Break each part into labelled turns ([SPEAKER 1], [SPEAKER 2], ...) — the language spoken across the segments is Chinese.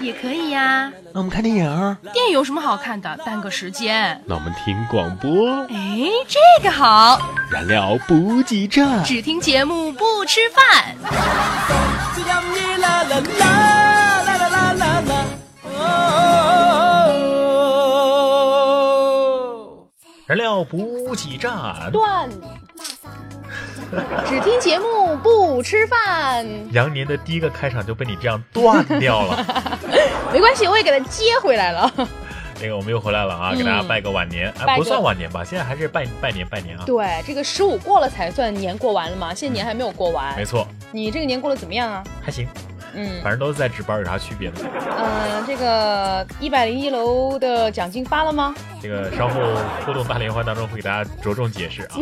[SPEAKER 1] 也可以呀、
[SPEAKER 2] 那我们看电影儿。
[SPEAKER 1] 电影有什么好看的？耽搁时间。
[SPEAKER 2] 那我们听广播。
[SPEAKER 1] 哎，这个好，
[SPEAKER 2] 燃料补给站。
[SPEAKER 1] 只听节目不吃饭。
[SPEAKER 2] 燃料补给站，
[SPEAKER 1] 段，只听节目不吃饭，
[SPEAKER 2] 羊年的第一个开场就被你这样断掉 了。
[SPEAKER 1] 没关系，我也给他接回来了。
[SPEAKER 2] 那个我们又回来了啊，给大家拜个晚年，哎，
[SPEAKER 1] 拜个
[SPEAKER 2] 不算晚年吧，现在还是拜拜年拜年啊。
[SPEAKER 1] 对，这个十五过了才算年过完了嘛，现在年还没有过完
[SPEAKER 2] 没。错，
[SPEAKER 1] 你这个年过得怎么样啊？
[SPEAKER 2] 还行，
[SPEAKER 1] 嗯，
[SPEAKER 2] 反正都是在值班，有啥区别呢？
[SPEAKER 1] 呃，这个一百零一楼的奖金发了吗？
[SPEAKER 2] 这个稍后互动大联欢当中会给大家着重解释啊。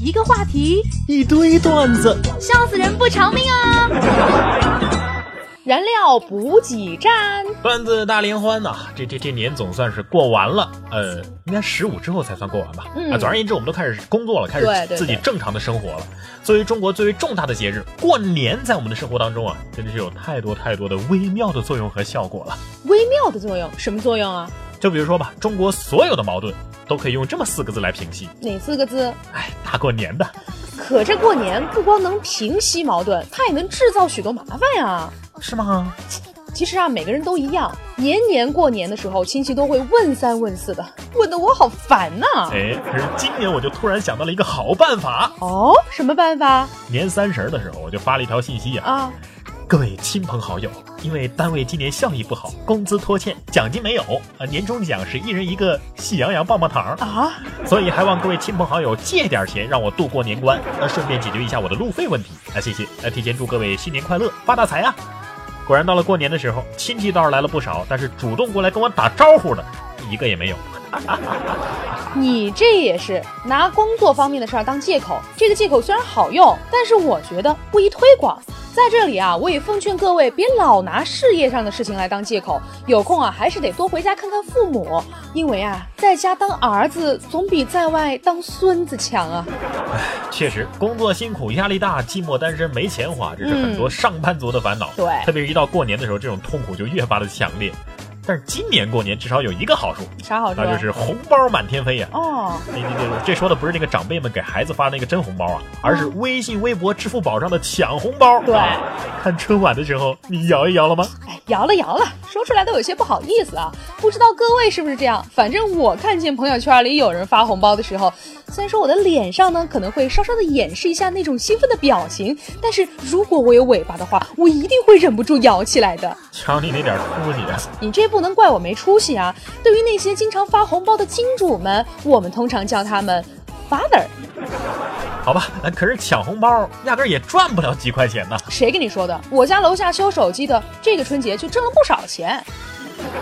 [SPEAKER 1] 一个话题，
[SPEAKER 2] 一堆段子，
[SPEAKER 1] 笑死人不偿命啊！燃料补给站，
[SPEAKER 2] 段子大联欢呐、这这这年总算是过完了，呃，应该十五之后才算过完吧。
[SPEAKER 1] 嗯
[SPEAKER 2] 啊，总而言之，我们都开始工作了，开
[SPEAKER 1] 对
[SPEAKER 2] 始
[SPEAKER 1] 对
[SPEAKER 2] 自己
[SPEAKER 1] 对
[SPEAKER 2] 正常的生活了。作为中国最为重大的节日，过年在我们的生活当中啊，真的是有太多太多的微妙的作用和效果了。
[SPEAKER 1] 微妙的作用，什么作用啊？
[SPEAKER 2] 就比如说吧，中国所有的矛盾都可以用这么四个字来平息。
[SPEAKER 1] 哪四个字？
[SPEAKER 2] 哎，大过年的，
[SPEAKER 1] 可这过年不光能平息矛盾，它也能制造许多麻烦呀、
[SPEAKER 2] 是吗？
[SPEAKER 1] 其实啊，每个人都一样，年年过年的时候，亲戚都会问三问四的，问得我好烦呐、
[SPEAKER 2] 哎，可是今年我就突然想到了一个好办法。
[SPEAKER 1] 哦，什么办法
[SPEAKER 2] 年三十儿的时候，我就发了一条信息啊，
[SPEAKER 1] 啊？
[SPEAKER 2] 各位亲朋好友，因为单位今年效益不好，工资拖欠，奖金没有，啊，年终奖是一人一个喜羊羊棒棒糖，
[SPEAKER 1] 啊，
[SPEAKER 2] 所以还望各位亲朋好友借点钱让我度过年关，那顺便解决一下我的路费问题，啊，谢谢，啊，提前祝各位新年快乐，发大财啊！果然到了过年的时候，亲戚倒是来了不少，但是主动过来跟我打招呼的一个也没有。
[SPEAKER 1] 你这也是拿工作方面的事儿当借口。这个借口虽然好用，但是我觉得不宜推广。在这里啊，我也奉劝各位别老拿事业上的事情来当借口，有空啊还是得多回家看看父母，因为啊，在家当儿子总比在外当孙子强啊。
[SPEAKER 2] 确实，工作辛苦，压力大，寂寞单身，没钱花，这是很多上班族的烦恼。
[SPEAKER 1] 嗯对
[SPEAKER 2] 特别是一到过年的时候，这种痛苦就越发的强烈。但是今年过年至少有一个好处，
[SPEAKER 1] 啥好处？啊
[SPEAKER 2] 那就是红包满天飞呀、哎
[SPEAKER 1] 哦，
[SPEAKER 2] 你你你，这说的不是那个长辈们给孩子发那个真红包啊，而是微信、微博、支付宝上的抢红包。
[SPEAKER 1] 嗯对
[SPEAKER 2] 啊看春晚的时候，你摇一摇了吗？
[SPEAKER 1] 哎，摇了摇了，说出来都有些不好意思啊。不知道各位是不是这样？反正我看见朋友圈里有人发红包的时候，虽然说我的脸上呢可能会稍稍的掩饰一下那种兴奋的表情，但是如果我有尾巴的话，我一定会忍不住摇起来的。
[SPEAKER 2] 瞧你那点出息啊！
[SPEAKER 1] 你这不能怪我没出息啊。对于那些经常发红包的金主们，我们通常叫他们 father。
[SPEAKER 2] 好吧，呃可是抢红包压根儿也赚不了几块钱呢。
[SPEAKER 1] 谁跟你说的？我家楼下修手机的，这个春节就挣了不少钱。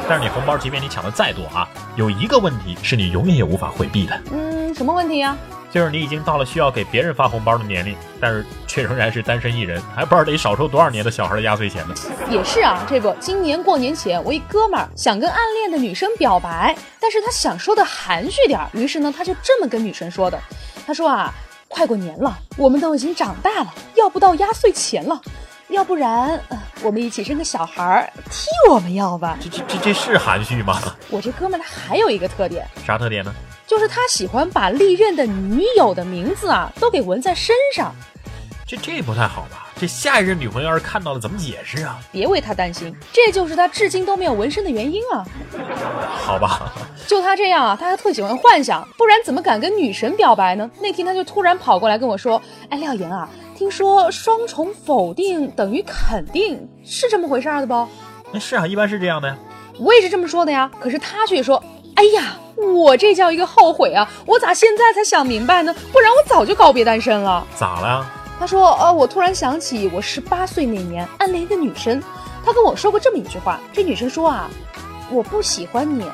[SPEAKER 2] 但是你红包，即便你抢的再多啊，有一个问题是你永远也无法回避的，
[SPEAKER 1] 嗯，什么问题呀、
[SPEAKER 2] 就是你已经到了需要给别人发红包的年龄，但是却仍然是单身一人，还不知道得少收多少年的小孩的压岁钱呢。
[SPEAKER 1] 也是啊，这个今年过年前，我一哥们儿想跟暗恋的女生表白，但是他想说的含蓄点儿，于是呢，他就这么跟女生说的，他说啊，快过年了，我们都已经长大了，要不到压岁钱了，要不然、呃我们一起生个小孩儿替我们要吧。
[SPEAKER 2] 这这这这是含蓄 吗？
[SPEAKER 1] 我这哥们儿他还有一个特点，
[SPEAKER 2] 啥特点呢？
[SPEAKER 1] 就是他喜欢把历任的女友的名字啊都给纹在身上。
[SPEAKER 2] 这这不太好吧？这下一任女朋友要是看到了怎么解释啊？
[SPEAKER 1] 别为他担心，这就是他至今都没有纹身的原因啊。
[SPEAKER 2] 好吧，
[SPEAKER 1] 就他这样啊，他还特喜欢幻想，不然怎么敢跟女神表白呢？那天他就突然跑过来跟我说：“哎，廖岩啊，听说双重否定等于肯定，是这么回事儿的不？
[SPEAKER 2] 那是啊，一般是这样的呀。
[SPEAKER 1] 我也是这么说的呀。”可是他却说：“哎呀，我这叫一个后悔啊！我咋现在才想明白呢？不然我早就告别单身了。”
[SPEAKER 2] 咋了啊呀？
[SPEAKER 1] 他说：“呃，我突然想起我十八岁那年暗恋一个女生，她跟我说过这么一句话。这女生说啊，我不喜欢你，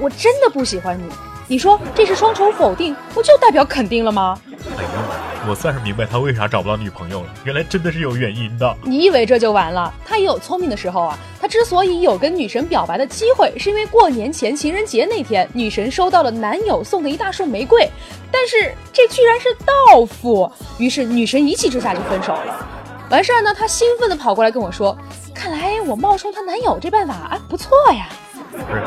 [SPEAKER 1] 我真的不喜欢你。你说这是双重否定，不就代表肯定了吗？
[SPEAKER 2] 哎呦，我算是明白他为啥找不到女朋友了，原来真的是有原因的。
[SPEAKER 1] 你以为这就完了？他也有聪明的时候啊。他之所以有跟女神表白的机会，是因为过年前情人节那天，女神收到了男友送的一大束玫瑰，但是这居然是到付，于是女神一气之下就分手了。完事儿呢，她兴奋的跑过来跟我说：“看来我冒充她男友这办法啊，不错呀。”
[SPEAKER 2] 不是，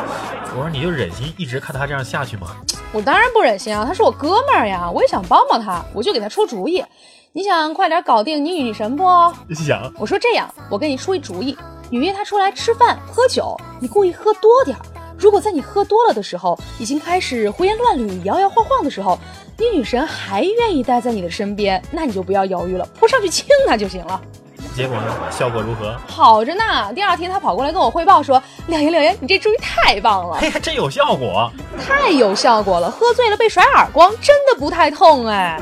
[SPEAKER 2] 我说你就忍心一直看他这样下去吗？
[SPEAKER 1] 我当然不忍心啊，他是我哥们儿呀，我也想帮帮他，我就给他出主意。你想快点搞定你与女神不？
[SPEAKER 2] 想，
[SPEAKER 1] 我说这样，我给你出一主意，你约她出来吃饭喝酒，你故意喝多点儿。如果在你喝多了的时候，已经开始胡言乱语、摇摇晃晃的时候，你女神还愿意待在你的身边，那你就不要犹豫了，扑上去亲她就行了。
[SPEAKER 2] 结果呢？效果如何？
[SPEAKER 1] 好着呢，第二天他跑过来跟我汇报说：“亮言，亮言，你这主意太棒了，
[SPEAKER 2] 嘿，还真有效果。
[SPEAKER 1] 太有效果了！喝醉了被甩耳光，真的不太痛哎。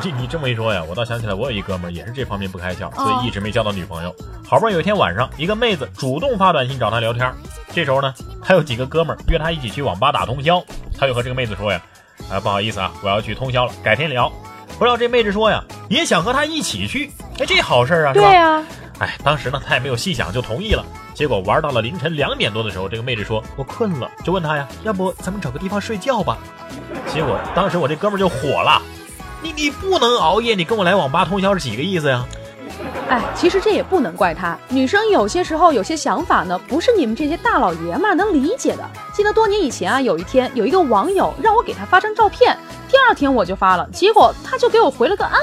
[SPEAKER 2] 这 你这么一说呀，我倒想起来，我有一哥们儿也是这方面不开窍，所以一直没交到女朋友。好不容易有一天晚上，一个妹子主动发短信找他聊天儿，这时候呢，他有几个哥们儿约他一起去网吧打通宵，他就和这个妹子说呀，啊、不好意思啊，我要去通宵了，改天聊。不料这妹子说呀，也想和他一起去，哎，这好事儿啊，是吧？
[SPEAKER 1] 对啊，
[SPEAKER 2] 哎，当时呢，他也没有细想，就同意了。结果玩到了凌晨两点多的时候，这个妹子说：“我困了。”就问他呀：“要不咱们找个地方睡觉吧？”结果当时我这哥们儿就火了：“你你不能熬夜，你跟我来网吧通宵是几个意思呀？
[SPEAKER 1] 哎，其实这也不能怪他，女生有些时候有些想法呢，不是你们这些大老爷们儿能理解的。记得多年以前啊，有一天有一个网友让我给他发张照片，第二天我就发了，结果他就给我回了个暗。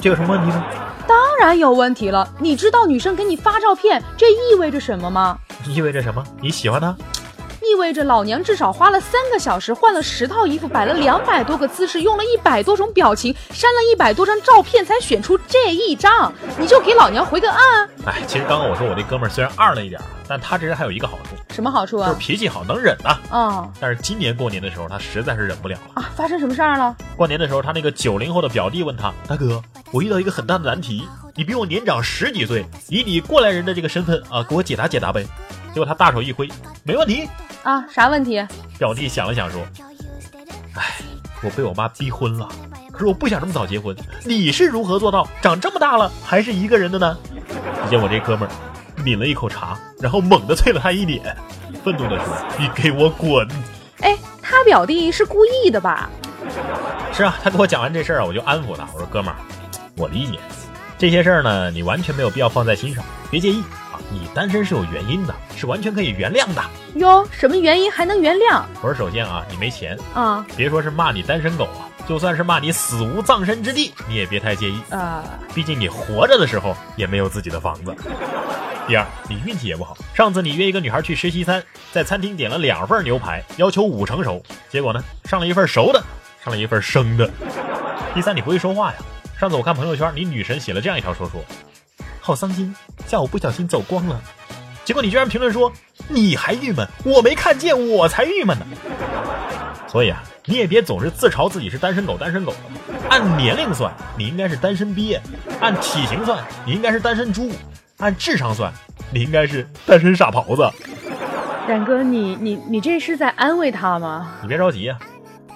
[SPEAKER 2] 这有什么问题呢？
[SPEAKER 1] 当然有问题了，你知道女生给你发照片这意味着什么吗？
[SPEAKER 2] 意味着什么？你喜欢他？
[SPEAKER 1] 意味着老娘至少花了三个小时，换了十套衣服，摆了两百多个姿势，用了一百多种表情，删了一百多张照片，才选出这一张，你就给老娘回个嗯暗，
[SPEAKER 2] 哎，其实刚刚我说我这哥们儿虽然二了一点儿，但他这人还有一个好处，
[SPEAKER 1] 什么好处
[SPEAKER 2] 就是
[SPEAKER 1] 啊？
[SPEAKER 2] 脾气好，能忍呐、
[SPEAKER 1] 啊
[SPEAKER 2] 但是今年过年的时候，他实在是忍不了了。
[SPEAKER 1] 啊，发生什么事儿了？
[SPEAKER 2] 过年的时候，他那个九零后的表弟问他：“大哥，我遇到一个很大的难题，你比我年长十几岁，以你过来人的这个身份啊，给我解答解答呗。”结果他大手一挥：“没问题。
[SPEAKER 1] 啊，啥问题？”
[SPEAKER 2] 表弟想了想 说：“哎，我被我妈逼婚了，可是我不想这么早结婚。你是如何做到长这么大了还是一个人的呢？”只见我这哥们儿抿了一口茶，然后猛地啐了他一脸，愤怒地说：“你给我滚！”
[SPEAKER 1] 哎，他表弟是故意的吧？
[SPEAKER 2] 是啊，他跟我讲完这事儿啊，我就安抚他，我说哥们儿，我理解，这些事儿呢，你完全没有必要放在心上，别介意啊，你单身是有原因的，是完全可以原谅的。
[SPEAKER 1] 哟，什么原因还能原谅
[SPEAKER 2] 我说首先啊，你没钱，
[SPEAKER 1] 啊？
[SPEAKER 2] 别说是骂你单身狗啊，就算是骂你死无葬身之地，你也别太介意，
[SPEAKER 1] 呃，
[SPEAKER 2] 毕竟你活着的时候也没有自己的房子。第二，你运气也不好。上次你约一个女孩去吃西餐，在餐厅点了两份牛排，要求五成熟，结果呢，上了一份熟的，上了一份生的。第三，你不会说话呀。上次我看朋友圈，你女神写了这样一条说说，好伤心，下午不小心走光了。结果你居然评论说，你还郁闷，我没看见，我才郁闷呢。所以啊，你也别总是自嘲自己是单身狗，单身狗。按年龄算，你应该是单身鳖；按体型算，你应该是单身猪；按智商算，你应该是单身傻狍子。
[SPEAKER 1] 冉哥，你你你这是在安慰他吗？
[SPEAKER 2] 你别着急啊，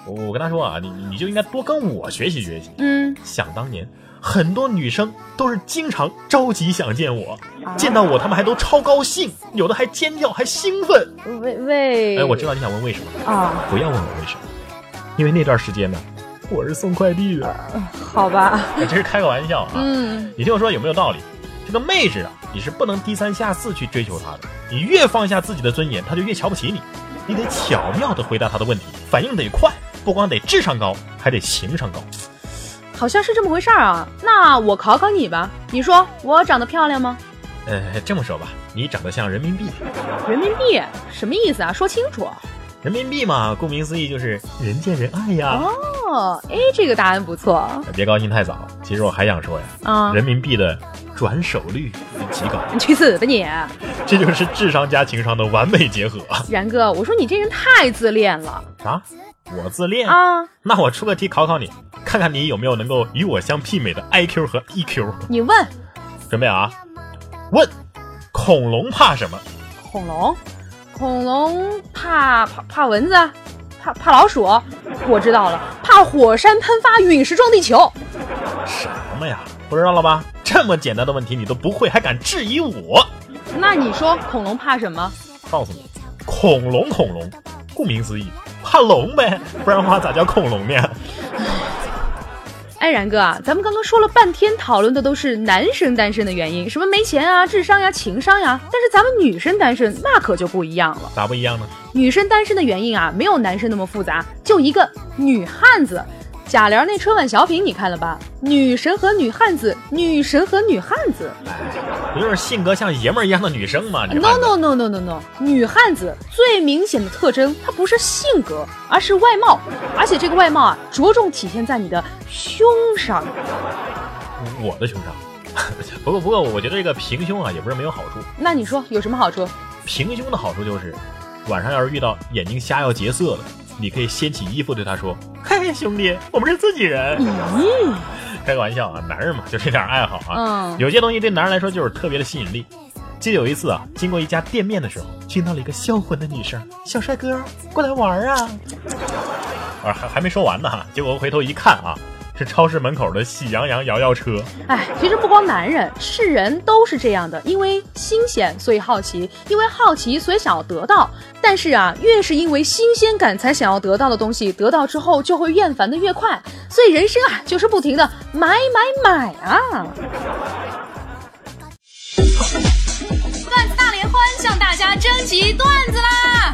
[SPEAKER 2] 我我跟他说啊，你你你就应该多跟我学习学习。
[SPEAKER 1] 嗯，
[SPEAKER 2] 想当年，很多女生都是经常着急想见我，
[SPEAKER 1] 啊
[SPEAKER 2] 见到我她们还都超高兴，有的还尖叫，还兴奋。
[SPEAKER 1] 为为
[SPEAKER 2] 哎，我知道你想问为什么，
[SPEAKER 1] 啊，
[SPEAKER 2] 不要问我为什么，因为那段时间呢，我是送快递的，
[SPEAKER 1] 好吧，
[SPEAKER 2] 这是开个玩笑啊。
[SPEAKER 1] 嗯，
[SPEAKER 2] 你听我说有没有道理？这个妹子啊，你是不能低三下四去追求她的。你越放下自己的尊严，她就越瞧不起你。你得巧妙地回答她的问题，反应得快，不光得智商高，还得情商高。
[SPEAKER 1] 好像是这么回事儿啊。那我考考你吧，你说我长得漂亮吗？
[SPEAKER 2] 呃，这么说吧，你长得像人民币，
[SPEAKER 1] 人民币什么意思啊？说清楚。
[SPEAKER 2] 人民币嘛，顾名思义就是人见人爱呀。
[SPEAKER 1] 哦哦，哎，这个答案不错
[SPEAKER 2] 别高兴太早，其实我还想说呀，
[SPEAKER 1] 啊。
[SPEAKER 2] 人民币的转手率极高，
[SPEAKER 1] 你去死吧你，
[SPEAKER 2] 这就是智商加情商的完美结合。
[SPEAKER 1] 然哥！我说你这人太自恋了
[SPEAKER 2] 啥、我自恋
[SPEAKER 1] 啊！
[SPEAKER 2] 那我出个题考考你，看看你有没有能够与我相媲美的 IQ 和 EQ。
[SPEAKER 1] 你问
[SPEAKER 2] 准备啊，问：恐龙怕什么？
[SPEAKER 1] 恐龙，恐龙怕怕怕蚊子，怕怕老鼠，我知道了，怕火山喷发，陨石撞地球。
[SPEAKER 2] 什么呀？不知道了吧？这么简单的问题你都不会，还敢质疑我？
[SPEAKER 1] 那你说恐龙怕什么？
[SPEAKER 2] 告诉你，恐龙，恐龙，顾名思义，怕龙呗，不然的话咋叫恐龙呢？
[SPEAKER 1] 哎，然哥啊，咱们刚刚说了半天，讨论的都是男生单身的原因，什么没钱啊、智商呀、情商呀。但是咱们女生单身那可就不一样了。
[SPEAKER 2] 咋不一样呢？
[SPEAKER 1] 女生单身的原因啊，没有男生那么复杂，就一个女汉子。贾玲那春晚小品你看了吧？女神和女汉子，女神和女汉子。
[SPEAKER 2] 不就是性格像爷们儿一样的女生吗？你
[SPEAKER 1] No no no no no no，女汉子最明显的特征，它不是性格，而是外貌，而且这个外貌啊，着重体现在你的胸上。
[SPEAKER 2] 我的胸上。 不过不过，我觉得这个平胸啊也不是没有好处。
[SPEAKER 1] 那你说有什么好处？
[SPEAKER 2] 平胸的好处就是，晚上要是遇到眼睛瞎要结色了，你可以掀起衣服对他说：“嘿，兄弟，我们是自己人。
[SPEAKER 1] 咦，”
[SPEAKER 2] 开个玩笑啊，男人嘛就这点爱好啊。
[SPEAKER 1] 嗯，
[SPEAKER 2] 有些东西对男人来说就是特别的吸引力。记得有一次啊，经过一家店面的时候，听到了一个销魂的女声：“小帅哥，过来玩儿啊！” 啊，还还没说完呢，结果回头一看啊，是超市门口的喜羊羊摇摇车。
[SPEAKER 1] 哎，其实不光男人，是人都是这样的，因为新鲜所以好奇，因为好奇所以想要得到。但是啊，越是因为新鲜感才想要得到的东西，得到之后就会厌烦的越快。所以人生啊，就是不停的买买买啊！段子大联欢向大家征集段子啦！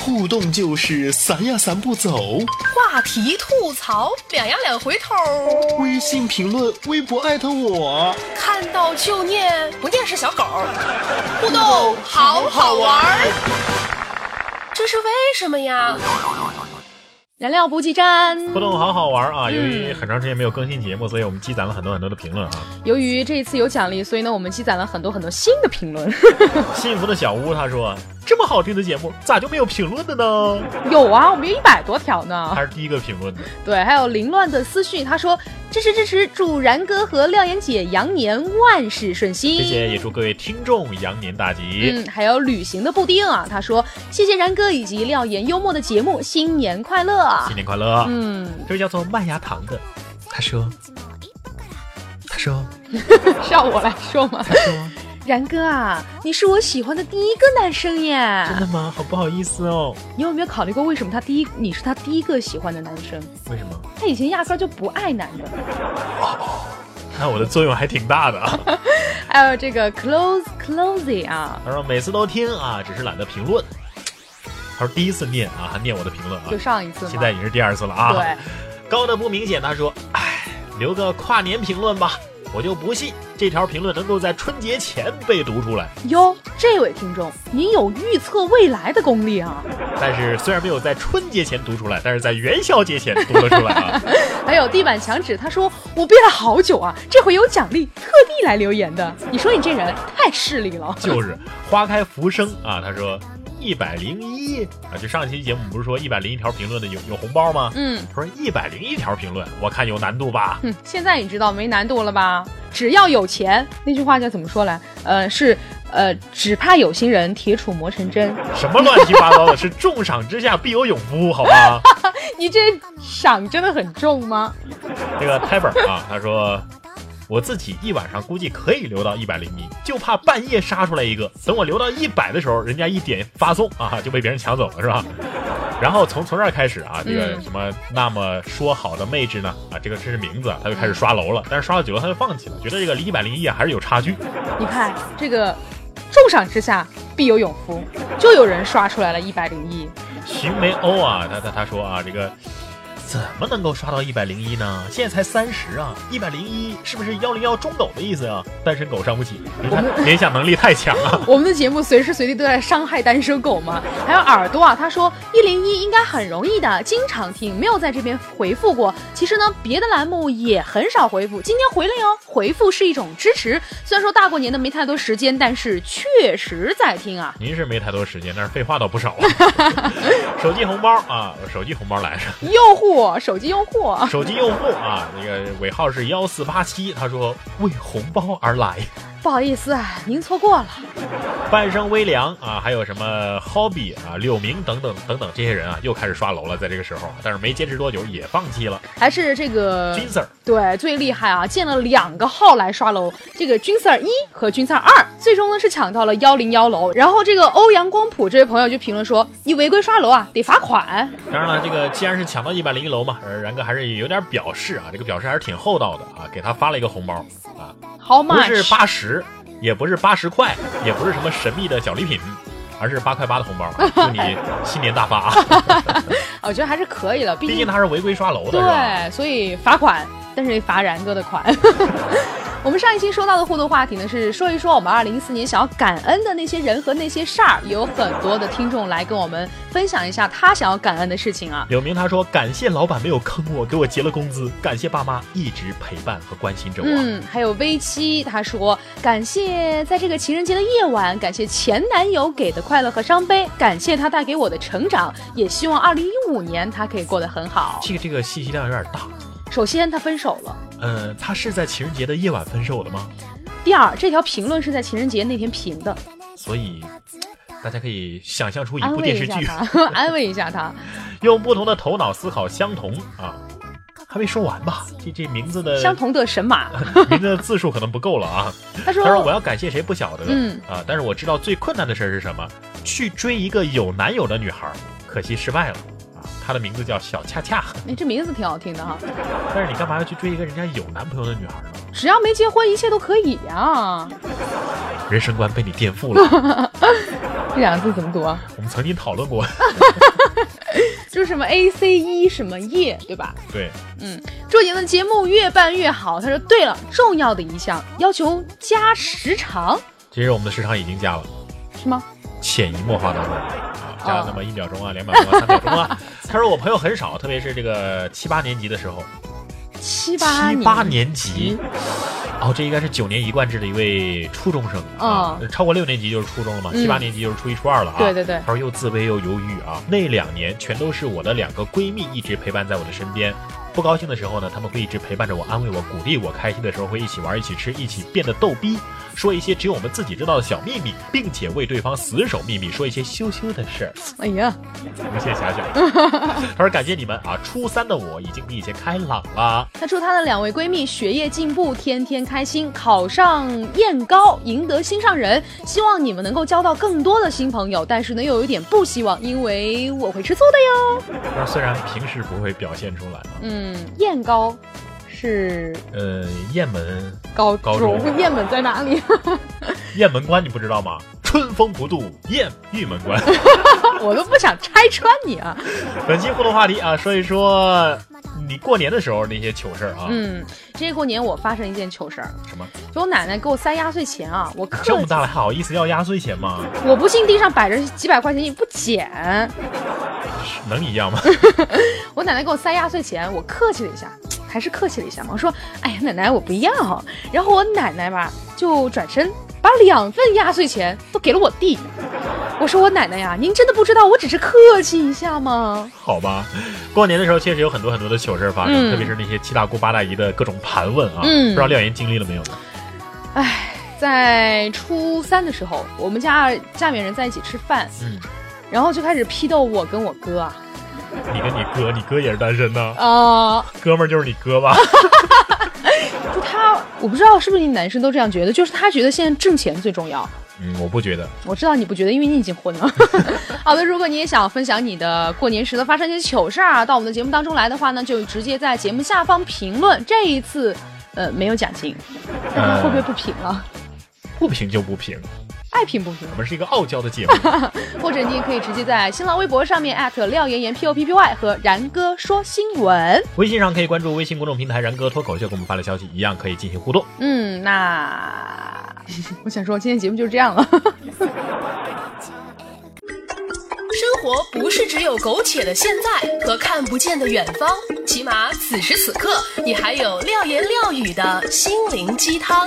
[SPEAKER 3] 互动就是散呀散不走，
[SPEAKER 4] 话题吐槽，两呀两回头，
[SPEAKER 3] 微信评论、微博艾特我。
[SPEAKER 4] 看到就念，不念是小狗。互动好好玩儿，这是为什么呀？
[SPEAKER 1] 燃料补给站。
[SPEAKER 2] 互动好好玩啊！由于很长时间没有更新节
[SPEAKER 3] 嗯
[SPEAKER 2] 目，所以我们积攒了很多很多的评论啊。
[SPEAKER 1] 由于这一次有奖励，所以呢，我们积攒了很多很多新的评论。
[SPEAKER 2] 幸福的小屋他说：“这么好听的节目，咋就没有评论的呢
[SPEAKER 1] 有啊，我们有一百多条？”呢
[SPEAKER 2] 他。是第一个评论的，
[SPEAKER 1] 对，还有凌乱的私讯，他说支持支持，祝然哥和廖岩姐羊年万事顺心。
[SPEAKER 2] 谢谢，也祝各位听众羊年大吉。
[SPEAKER 1] 嗯，还有旅行的布丁啊，他说谢谢然哥以及廖岩幽默的节目，新年快乐啊。
[SPEAKER 2] 新年快乐！
[SPEAKER 1] 嗯，
[SPEAKER 2] 这位叫做麦芽糖的，他说：“他说，
[SPEAKER 1] 是要我来 说吗？
[SPEAKER 2] 他说，
[SPEAKER 1] 然哥啊，你是我喜欢的第一个男生耶。
[SPEAKER 2] 真的吗？好不好意思哦。
[SPEAKER 1] 你有没有考虑过为什么他第一，你是他第一个喜欢的男生？
[SPEAKER 2] 为什么？
[SPEAKER 1] 他以前压根儿就不爱男的。
[SPEAKER 2] 看来我的作用还挺大的啊。
[SPEAKER 1] 还有这个 close closey 啊，
[SPEAKER 2] 他说每次都听啊，只是懒得评论。他说第一次念啊，还念我的评论啊，
[SPEAKER 1] 就上一次嘛。
[SPEAKER 2] 现在已经是第二次了啊。
[SPEAKER 1] 对，
[SPEAKER 2] 高的不明显，他说：“哎，留个跨年评论吧，我就不信这条评论能够在春节前被读出来。
[SPEAKER 1] 哟，这位听众，您有预测未来的功力啊！
[SPEAKER 2] 但是虽然没有在春节前读出来，但是在元宵节前读了出来 啊。
[SPEAKER 1] 还有地板墙纸，他说我憋了好久啊，这回有奖励，特地来留言的。你说你这人太势利了。
[SPEAKER 2] 就是花开浮生啊，他说一百零一啊，就上期节目不是说一百零一条评论的有有红包吗？
[SPEAKER 1] 嗯
[SPEAKER 2] 他说一百零一条评论，我看有难度吧。
[SPEAKER 1] 哼，现在你知道没难度了吧？只要有钱，那句话叫怎么说来？呃，是呃，只怕有心人，铁杵磨成针。
[SPEAKER 2] 什么乱七八糟的，是重赏之下必有勇夫，好 吧？
[SPEAKER 1] 你这赏真的很重吗？
[SPEAKER 2] 那个泰本啊，他说我自己一晚上估计可以留到一百零一，就怕半夜杀出来一个，等我留到一百的时候，人家一点发送啊，就被别人抢走了，是吧？然后从从这儿开始啊，这个
[SPEAKER 1] 嗯
[SPEAKER 2] 什么那么说好的妹子呢啊，这个这是名字啊，他就开始刷楼了，但是刷到久了他就放弃了，觉得这个离一百零一啊还是有差距。
[SPEAKER 1] 你看这个，重赏之下必有勇夫，就有人刷出来了一百零一。
[SPEAKER 2] 寻梅欧啊，他他他说啊，这个怎么能够刷到一百零一呢？现在才三十啊，一百零一是不是幺零幺中狗的意思啊？单身狗伤不起，您看联想能力太强 了。
[SPEAKER 1] 我们的节目随时随地都在伤害单身狗吗？还有耳朵啊，他说一零一应该很容易的，经常听，没有在这边回复过。其实呢，别的栏目也很少回复，今天回了哟。回复是一种支持，虽然说大过年的没太多时间，但是确实在听啊。
[SPEAKER 2] 您是没太多时间，但是废话倒不少啊。 手机红包啊，手机红包来着。
[SPEAKER 1] 用户，手机用户，
[SPEAKER 2] 手机用户啊，那个尾号是幺四八七，他说为红包而来。
[SPEAKER 1] 不好意思，啊，您错过了。
[SPEAKER 2] 半生微凉啊，还有什么 Hobby 啊、柳明等等等等这些人啊，又开始刷楼了，在这个时候，啊但是没坚持多久也放弃了。
[SPEAKER 1] 还是这个
[SPEAKER 2] 军 Sir
[SPEAKER 1] 对最厉害啊，建了两个号来刷楼，这个军 Sir 一和军 Sir 二，最终呢是抢到了幺零幺楼。然后这个欧阳光谱这位朋友就评论说：“你违规刷楼啊，得罚款。
[SPEAKER 2] 当然了，这个既然是抢到一百零一楼嘛，呃然哥还是有点表示啊，这个表示还是挺厚道的啊，给他发了一个红包啊，
[SPEAKER 1] ”How
[SPEAKER 2] 不是
[SPEAKER 1] much？
[SPEAKER 2] 八十，也不是八十块，也不是什么神秘的小礼品，而是八块八的红包啊， 祝你新年大发啊！
[SPEAKER 1] 我觉得还是可以的，毕
[SPEAKER 2] 毕
[SPEAKER 1] 竟
[SPEAKER 2] 竟他是违规刷楼的，是吧？
[SPEAKER 1] 对，所以罚款，但是得罚然哥的款。 我们上一期说到的互动话题呢，是说一说我们二零一四年想要感恩的那些人和那些事儿，也有很多的听众来跟我们分享一下他想要感恩的事情啊。
[SPEAKER 2] 柳明他说：“感谢老板没有坑我，给我结了工资；感谢爸妈一直陪伴和关心着我。
[SPEAKER 1] 嗯，还有 V 七，他说感谢在这个情人节的夜晚，感谢前男友给的快乐和伤悲，感谢他带给我的成长，也希望二零一五年他可以过得很好。
[SPEAKER 2] 这个这个信息量有点大。
[SPEAKER 1] 首先，他分手了。
[SPEAKER 2] 嗯，他是在情人节的夜晚分手的吗？
[SPEAKER 1] 第二，这条评论是在情人节那天评的，
[SPEAKER 2] 所以 大家可以想象出一
[SPEAKER 1] 安
[SPEAKER 2] 部
[SPEAKER 1] 慰
[SPEAKER 2] 电
[SPEAKER 1] 一
[SPEAKER 2] 视
[SPEAKER 1] 下
[SPEAKER 2] 剧，
[SPEAKER 1] 他， 安慰一下他。
[SPEAKER 2] 用不同的头脑思考相同啊。还没说完吧？这这名字的
[SPEAKER 1] 相同的神马，
[SPEAKER 2] 名字的字数可能不够了 啊。
[SPEAKER 1] 他说
[SPEAKER 2] 呃他说我要感谢谁不晓得，
[SPEAKER 1] 嗯
[SPEAKER 2] 啊，但是我知道最困难的事儿是什么，去追一个有男友的女孩儿，可惜失败了啊。她的名字叫小恰恰，
[SPEAKER 1] 哎，这名字挺好听的哈，
[SPEAKER 2] 但是你干嘛要去追一个人家有男朋友的女孩儿呢？
[SPEAKER 1] 只要没结婚，一切都可以啊呀、
[SPEAKER 2] 人生观被你颠覆 了。
[SPEAKER 1] 这两个字怎么读啊？
[SPEAKER 2] 我们曾经讨论 过，
[SPEAKER 1] 就是什么 A C E 什么叶，对吧？
[SPEAKER 2] 对，
[SPEAKER 1] 嗯，祝你们节目越办越好。他说，对了，重要的一项要求加时长
[SPEAKER 2] 其实我们的时长已经加了，
[SPEAKER 1] 是吗？
[SPEAKER 2] 潜移默化当中。啊加了那么一秒
[SPEAKER 1] 哦
[SPEAKER 2] 钟啊，两秒钟啊，三秒钟啊。他说我朋友很少，特别是这个七八年级的时候，
[SPEAKER 1] 七八
[SPEAKER 2] 七
[SPEAKER 1] 年，
[SPEAKER 2] 八年级，哦，这应该是九年一贯制的一位初中生啊，超过六年级就是初中了嘛，
[SPEAKER 1] 嗯
[SPEAKER 2] 七八年级就是初一初二了啊。
[SPEAKER 1] 对对对
[SPEAKER 2] 他说又自卑又犹豫啊，那两年全都是我的两个闺蜜一直陪伴在我的身边。不高兴的时候呢，他们会一直陪伴着我，安慰我，鼓励我；开心的时候会一起玩，一起吃，一起变得逗逼，说一些只有我们自己知道的小秘密，并且为对方死守秘密，说一些羞羞的事儿。
[SPEAKER 1] 哎呀，
[SPEAKER 2] 无限遐想。 他说感谢你们啊，初三的我已经比以前开朗了。
[SPEAKER 1] 他祝他的两位闺蜜学业进步，天天开心，考上燕高，赢得心上人。希望你们能够交到更多的新朋友，但是呢，又有一点不希望，因为我会吃醋的哟。
[SPEAKER 2] 但是虽然平时不会表现出来啊，
[SPEAKER 1] 嗯，燕高是
[SPEAKER 2] 呃，雁门
[SPEAKER 1] 高
[SPEAKER 2] 高中
[SPEAKER 1] 雁门在哪里？
[SPEAKER 2] 雁门关你不知道吗？春风不度雁玉门关。
[SPEAKER 1] 我都不想拆穿你啊。
[SPEAKER 2] 本期互动话题啊，说一说你过年的时候那些糗事儿啊，
[SPEAKER 1] 嗯，这过年我发生一件糗事儿，
[SPEAKER 2] 什么
[SPEAKER 1] 就我奶奶给我塞压岁钱啊，我
[SPEAKER 2] 这
[SPEAKER 1] 克
[SPEAKER 2] 么大了还好意思要压岁钱吗？
[SPEAKER 1] 我不信地上摆着几百块钱也不捡。
[SPEAKER 2] 能一样吗？
[SPEAKER 1] 我奶奶给我塞压岁钱，我客气了一下，还是客气了一下嘛。我说：“哎呀，奶奶，我不要。”然后我奶奶吧就转身把两份压岁钱都给了我弟。我说：“我奶奶呀，您真的不知道，我只是客气一下吗
[SPEAKER 2] 好吧，过年的时候确实有很多很多的糗事儿发生，
[SPEAKER 1] 嗯
[SPEAKER 2] 特别是那些七大姑八大姨的各种盘问啊，
[SPEAKER 1] 嗯
[SPEAKER 2] 不知道廖岩经历了没有？？”
[SPEAKER 1] 在初三的时候，我们家家里面人在一起吃饭，
[SPEAKER 2] 嗯，
[SPEAKER 1] 然后就开始批斗我跟我哥啊，
[SPEAKER 2] 你跟你哥，你哥也是单身呐、
[SPEAKER 1] 呃，
[SPEAKER 2] 哥们儿就是你哥吧？
[SPEAKER 1] 就他，我不知道是不是你男生都这样觉得，就是他觉得现在挣钱最重要。
[SPEAKER 2] 嗯，我不觉得。
[SPEAKER 1] 我知道你不觉得，因为你已经婚了。 好的，如果你也想分享你的过年时的发生一些糗事儿啊，到我们的节目当中来的话呢，就直接在节目下方评论。这一次，呃，没有奖金，大家会不会不平了？
[SPEAKER 2] 不平就不平，
[SPEAKER 1] 哎，爱品不平。
[SPEAKER 2] 我们是一个傲娇的节目。
[SPEAKER 1] 或者你也可以直接在新浪微博上面廖岩岩 P O P P Y 和然哥说新闻。
[SPEAKER 2] 微信上可以关注微信公众平台“然哥脱口秀”，给我们发来消息，一样可以进行互动。
[SPEAKER 1] 嗯，那 我想说，今天节目就是这样了。
[SPEAKER 4] 生活不是只有苟且的现在和看不见的远方，起码此时此刻，你还有廖言廖语的心灵鸡汤。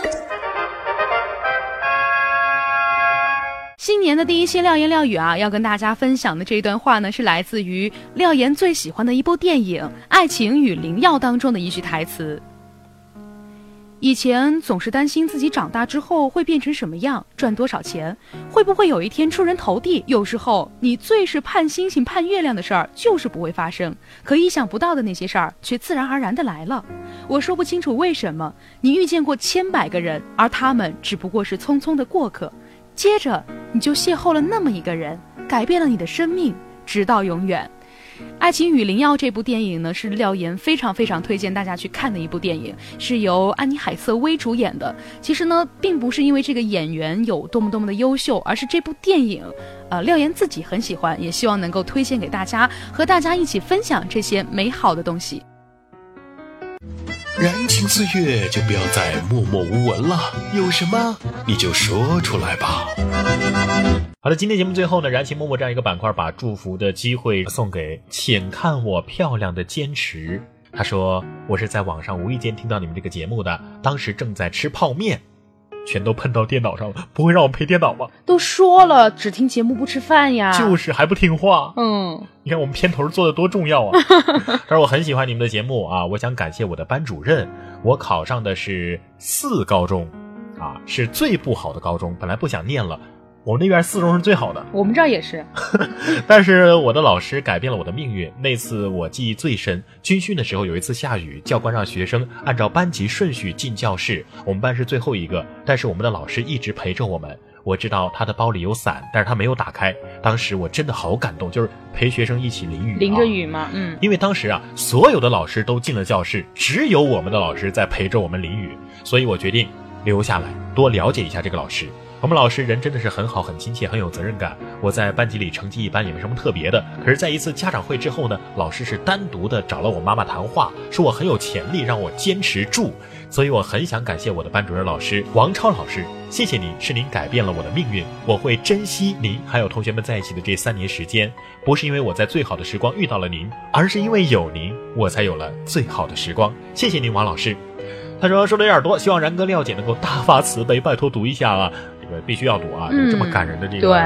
[SPEAKER 1] 新年的第一期廖言廖语啊，要跟大家分享的这一段话呢，是来自于廖言最喜欢的一部电影《爱情与灵药》当中的一句台词。以前总是担心自己长大之后会变成什么样，赚多少钱，会不会有一天出人头地。有时候你最是盼星星盼月亮的事儿，就是不会发生；可意想不到的那些事儿，却自然而然的来了。我说不清楚为什么，你遇见过千百个人，而他们只不过是匆匆的过客。接着你就邂逅了那么一个人，改变了你的生命，直到永远。《爱情与灵药》这部电影呢，是廖岩非常非常推荐大家去看的一部电影，是由安妮海瑟薇主演的。其实呢，并不是因为这个演员有多么多么的优秀，而是这部电影，呃，廖岩自己很喜欢，也希望能够推荐给大家，和大家一起分享这些美好的东西。
[SPEAKER 3] 燃情岁月就不要再默默无闻了，有什么你就说出来吧。
[SPEAKER 2] 好的，今天节目最后呢，燃情默默这样一个板块，把祝福的机会送给“请看我漂亮的坚持”。他说：“我是在网上无意间听到你们这个节目的，当时正在吃泡面，全都喷到电脑上了，不会让我赔电脑吧？
[SPEAKER 1] 都说了，只听节目不吃饭呀
[SPEAKER 2] 就是还不听话。
[SPEAKER 1] 嗯，
[SPEAKER 2] 你看我们片头做的多重要啊！但是我很喜欢你们的节目啊，我想感谢我的班主任，我考上的是四高中，啊，是最不好的高中，本来不想念了。”我们那边四中是最好的，
[SPEAKER 1] 我们这儿也是。
[SPEAKER 2] 但是我的老师改变了我的命运。那次我记忆最深，军训的时候有一次下雨，教官让学生按照班级顺序进教室，我们班是最后一个，但是我们的老师一直陪着我们。我知道他的包里有伞，但是他没有打开。当时我真的好感动，就是陪学生一起淋雨、啊，
[SPEAKER 1] 淋着雨嘛，嗯，
[SPEAKER 2] 因为当时啊，所有的老师都进了教室，只有我们的老师在陪着我们淋雨，所以我决定留下来多了解一下这个老师。我们老师人真的是很好，很亲切，很有责任感。我在班级里成绩一般，也没什么特别的。可是，在一次家长会之后呢，老师是单独的找了我妈妈谈话，说我很有潜力，让我坚持住。所以，我很想感谢我的班主任老师王超老师，谢谢您，是您改变了我的命运。我会珍惜您还有同学们在一起的这三年时间，不是因为我在最好的时光遇到了您，而是因为有您，我才有了最好的时光。谢谢您，王老师。他说说的有点多，希望然哥、廖姐能够大发慈悲，拜托读一下啊！这个必须要读啊，有这么感人的这个。
[SPEAKER 1] 对，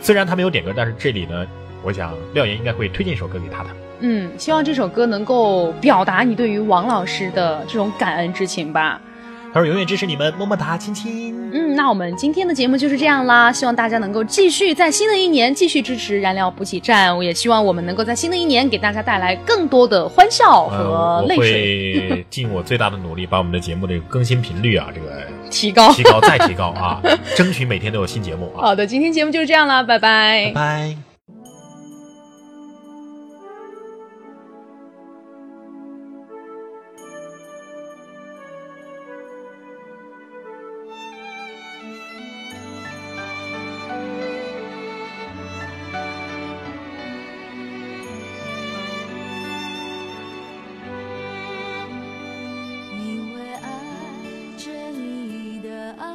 [SPEAKER 2] 虽然他没有点歌，但是这里呢，我想廖岩应该会推荐一首歌给他的。
[SPEAKER 1] 嗯，希望这首歌能够表达你对于王老师的这种感恩之情吧。
[SPEAKER 2] 他说永远支持你们，么么哒，亲亲。
[SPEAKER 1] 嗯，那我们今天的节目就是这样啦，希望大家能够继续在新的一年继续支持燃料补给站，我也希望我们能够在新的一年给大家带来更多的欢笑和
[SPEAKER 2] 呃我
[SPEAKER 1] 泪水，
[SPEAKER 2] 会尽我最大的努力，把我们的节目这个更新频率啊，这个
[SPEAKER 1] 提高。
[SPEAKER 2] 提高再提高啊，争取每天都有新节目啊。
[SPEAKER 1] 好的，今天节目就是这样啦，拜拜
[SPEAKER 2] 拜拜。
[SPEAKER 5] 因为爱着你的爱，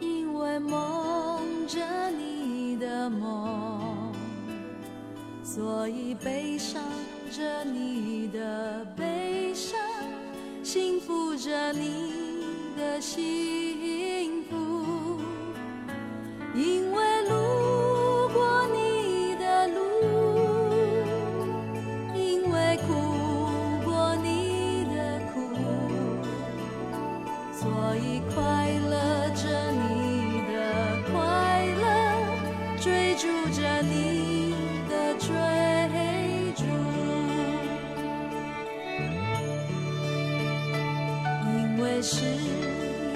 [SPEAKER 5] 因为梦着你的梦，所以悲伤着你的悲伤，幸福着你的幸福。因为路过你的路，因为哭过你的苦，所以快乐着你的快乐，追逐着你的追逐。因为誓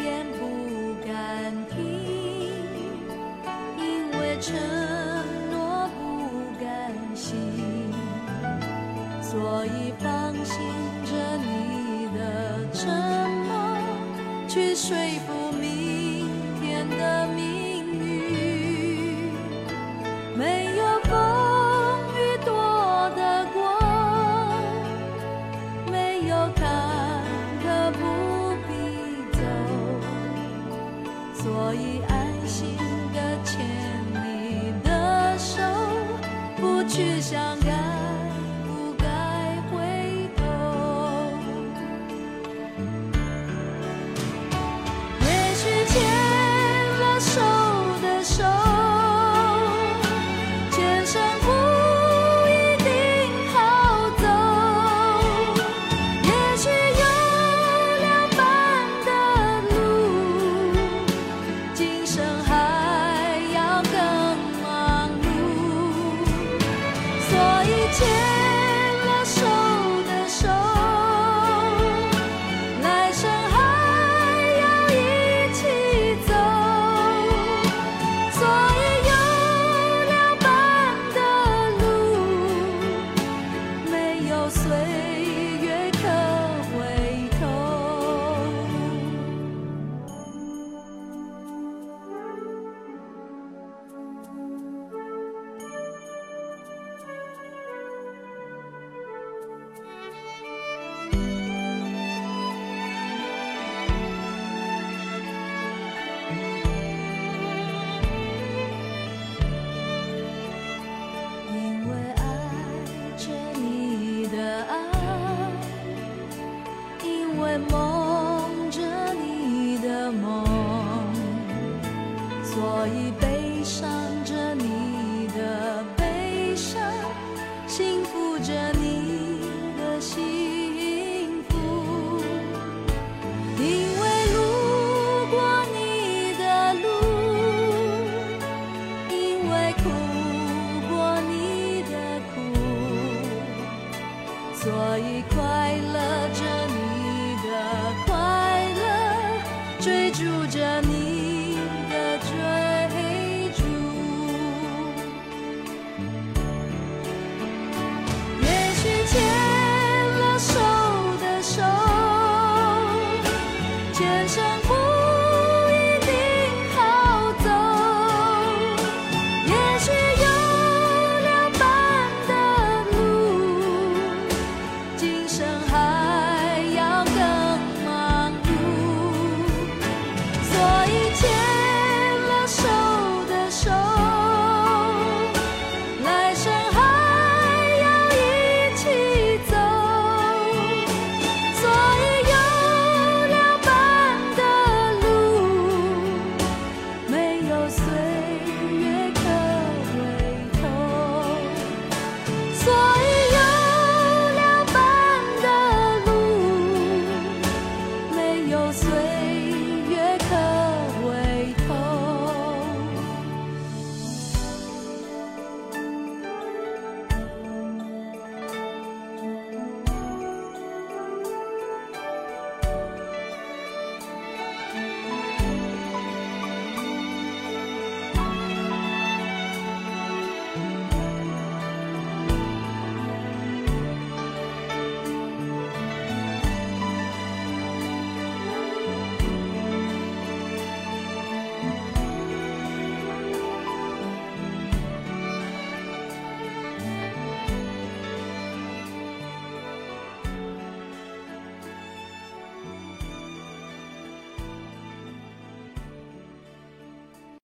[SPEAKER 5] 言不敢听，因为承诺不甘心。所以放心着你的沉默，去说服明天的心隔千里的手，不去想该不该回头。也许牵了手的手，前生不一定好走。也许有两半的路，今生还要更忙碌。所以牵了手的手，来生还要一起走。所以有两半的路，没有岁月可回头。因为爱着你的爱，因为梦着你的梦，所以悲伤着你的悲伤，幸福着你的幸福。因为路过你的路。因为苦过你的苦，所以快乐着你的快乐，追逐着你的追逐。也许牵了手的手，前生不一定好走。也许有两半的路，今生还要更忙碌。所以牵了手的手，来生还要一起走。所以有两半的路，没有岁